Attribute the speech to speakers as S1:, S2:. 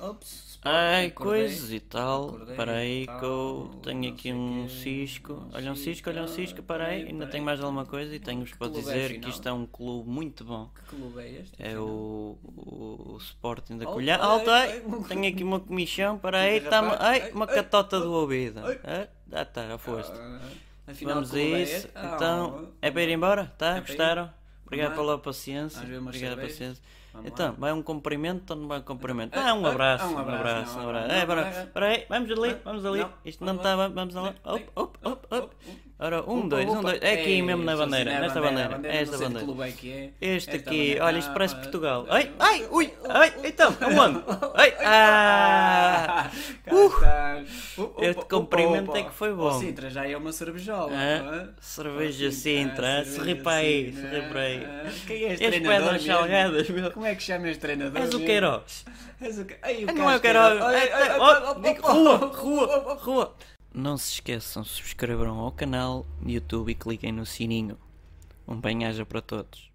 S1: Ops,
S2: Ai,
S1: acordei,
S2: coisas e tal.
S1: acordei
S2: Para aí
S1: e
S2: que eu
S1: tal,
S2: tenho
S1: não
S2: aqui
S1: sei
S2: um
S1: quê,
S2: cisco. Olha um cisco, olha um cisco.
S1: ah,
S2: Para aí,
S1: peraí,
S2: ainda
S1: peraí.
S2: tenho mais alguma coisa e tenho-vos para
S1: clube é,
S2: dizer que
S1: afinal?
S2: isto é um clube muito bom.
S1: Que clube é este?
S2: É
S1: afinal?
S2: o, o, o Sporting da
S1: Oh,
S2: Colher.
S1: ai,
S2: Altei!
S1: ai, uma-
S2: Tenho aqui uma comissão. Para aí,
S1: Rapaz,
S2: tá ai,
S1: ai,
S2: uma
S1: ai,
S2: catota
S1: ai,
S2: do ouvido.
S1: ai.
S2: Ah, Ah, tá, já foste.
S1: Ah, afinal,
S2: Vamos
S1: que
S2: a
S1: clube é
S2: isso.
S1: este? Ah,
S2: Então, é
S1: vamos
S2: para ir embora? Tá?
S1: É para ir.
S2: Gostaram? Obrigado
S1: lá.
S2: pela paciência.
S1: Vamos ver umas
S2: Obrigado pela
S1: cervejas.
S2: paciência.
S1: Vamos lá.
S2: Então, vai um cumprimento ou não vai um cumprimento?
S1: Ah,
S2: Ah, um
S1: ah,
S2: abraço,
S1: ah,
S2: um abraço, um abraço. É,
S1: não,
S2: para,
S1: não,
S2: para aí, vamos ali,
S1: não,
S2: vamos ali.
S1: não,
S2: Isto não
S1: vamos
S2: está, vamos lá.
S1: Não,
S2: Op, op, op, op.
S1: não.
S2: Ora, um,
S1: Opa,
S2: dois, um,
S1: opa.
S2: dois. É aqui
S1: Ei,
S2: mesmo na
S1: sou
S2: bandeira,
S1: assim,
S2: nesta bandeira. É esta
S1: não sei de que
S2: bandeira.
S1: clube é que é.
S2: Este
S1: Esta
S2: aqui,
S1: bandeira-
S2: olha, isto
S1: Ah,
S2: parece
S1: pá.
S2: Portugal. Ai, ai, ui, ai, então, aonde? Ai, ah!
S1: Cá
S2: Uh!
S1: estás. Opa,
S2: Este
S1: opa,
S2: comprimento
S1: opa.
S2: é que foi
S1: Ó,
S2: bom.
S1: Sintra, já é uma cervejola.
S2: Ah,
S1: pá.
S2: cerveja
S1: Ó,
S2: Sintra, ah,
S1: cerveja
S2: sorri para aí,
S1: Sintra.
S2: sorri para aí.
S1: Ah, Quem é este
S2: Este
S1: treinador
S2: pedras
S1: mesmo?
S2: salgadas, meu.
S1: Como é que chama este treinador?
S2: És o
S1: mesmo?
S2: Queiroz.
S1: És o que... Ai,
S2: Ah, Não é o Queiroz. É- é- oh, digo, Rua, rua, rua. Não se esqueçam, subscrevam ao canal, no YouTube e cliquem no sininho. Um banhaja para todos.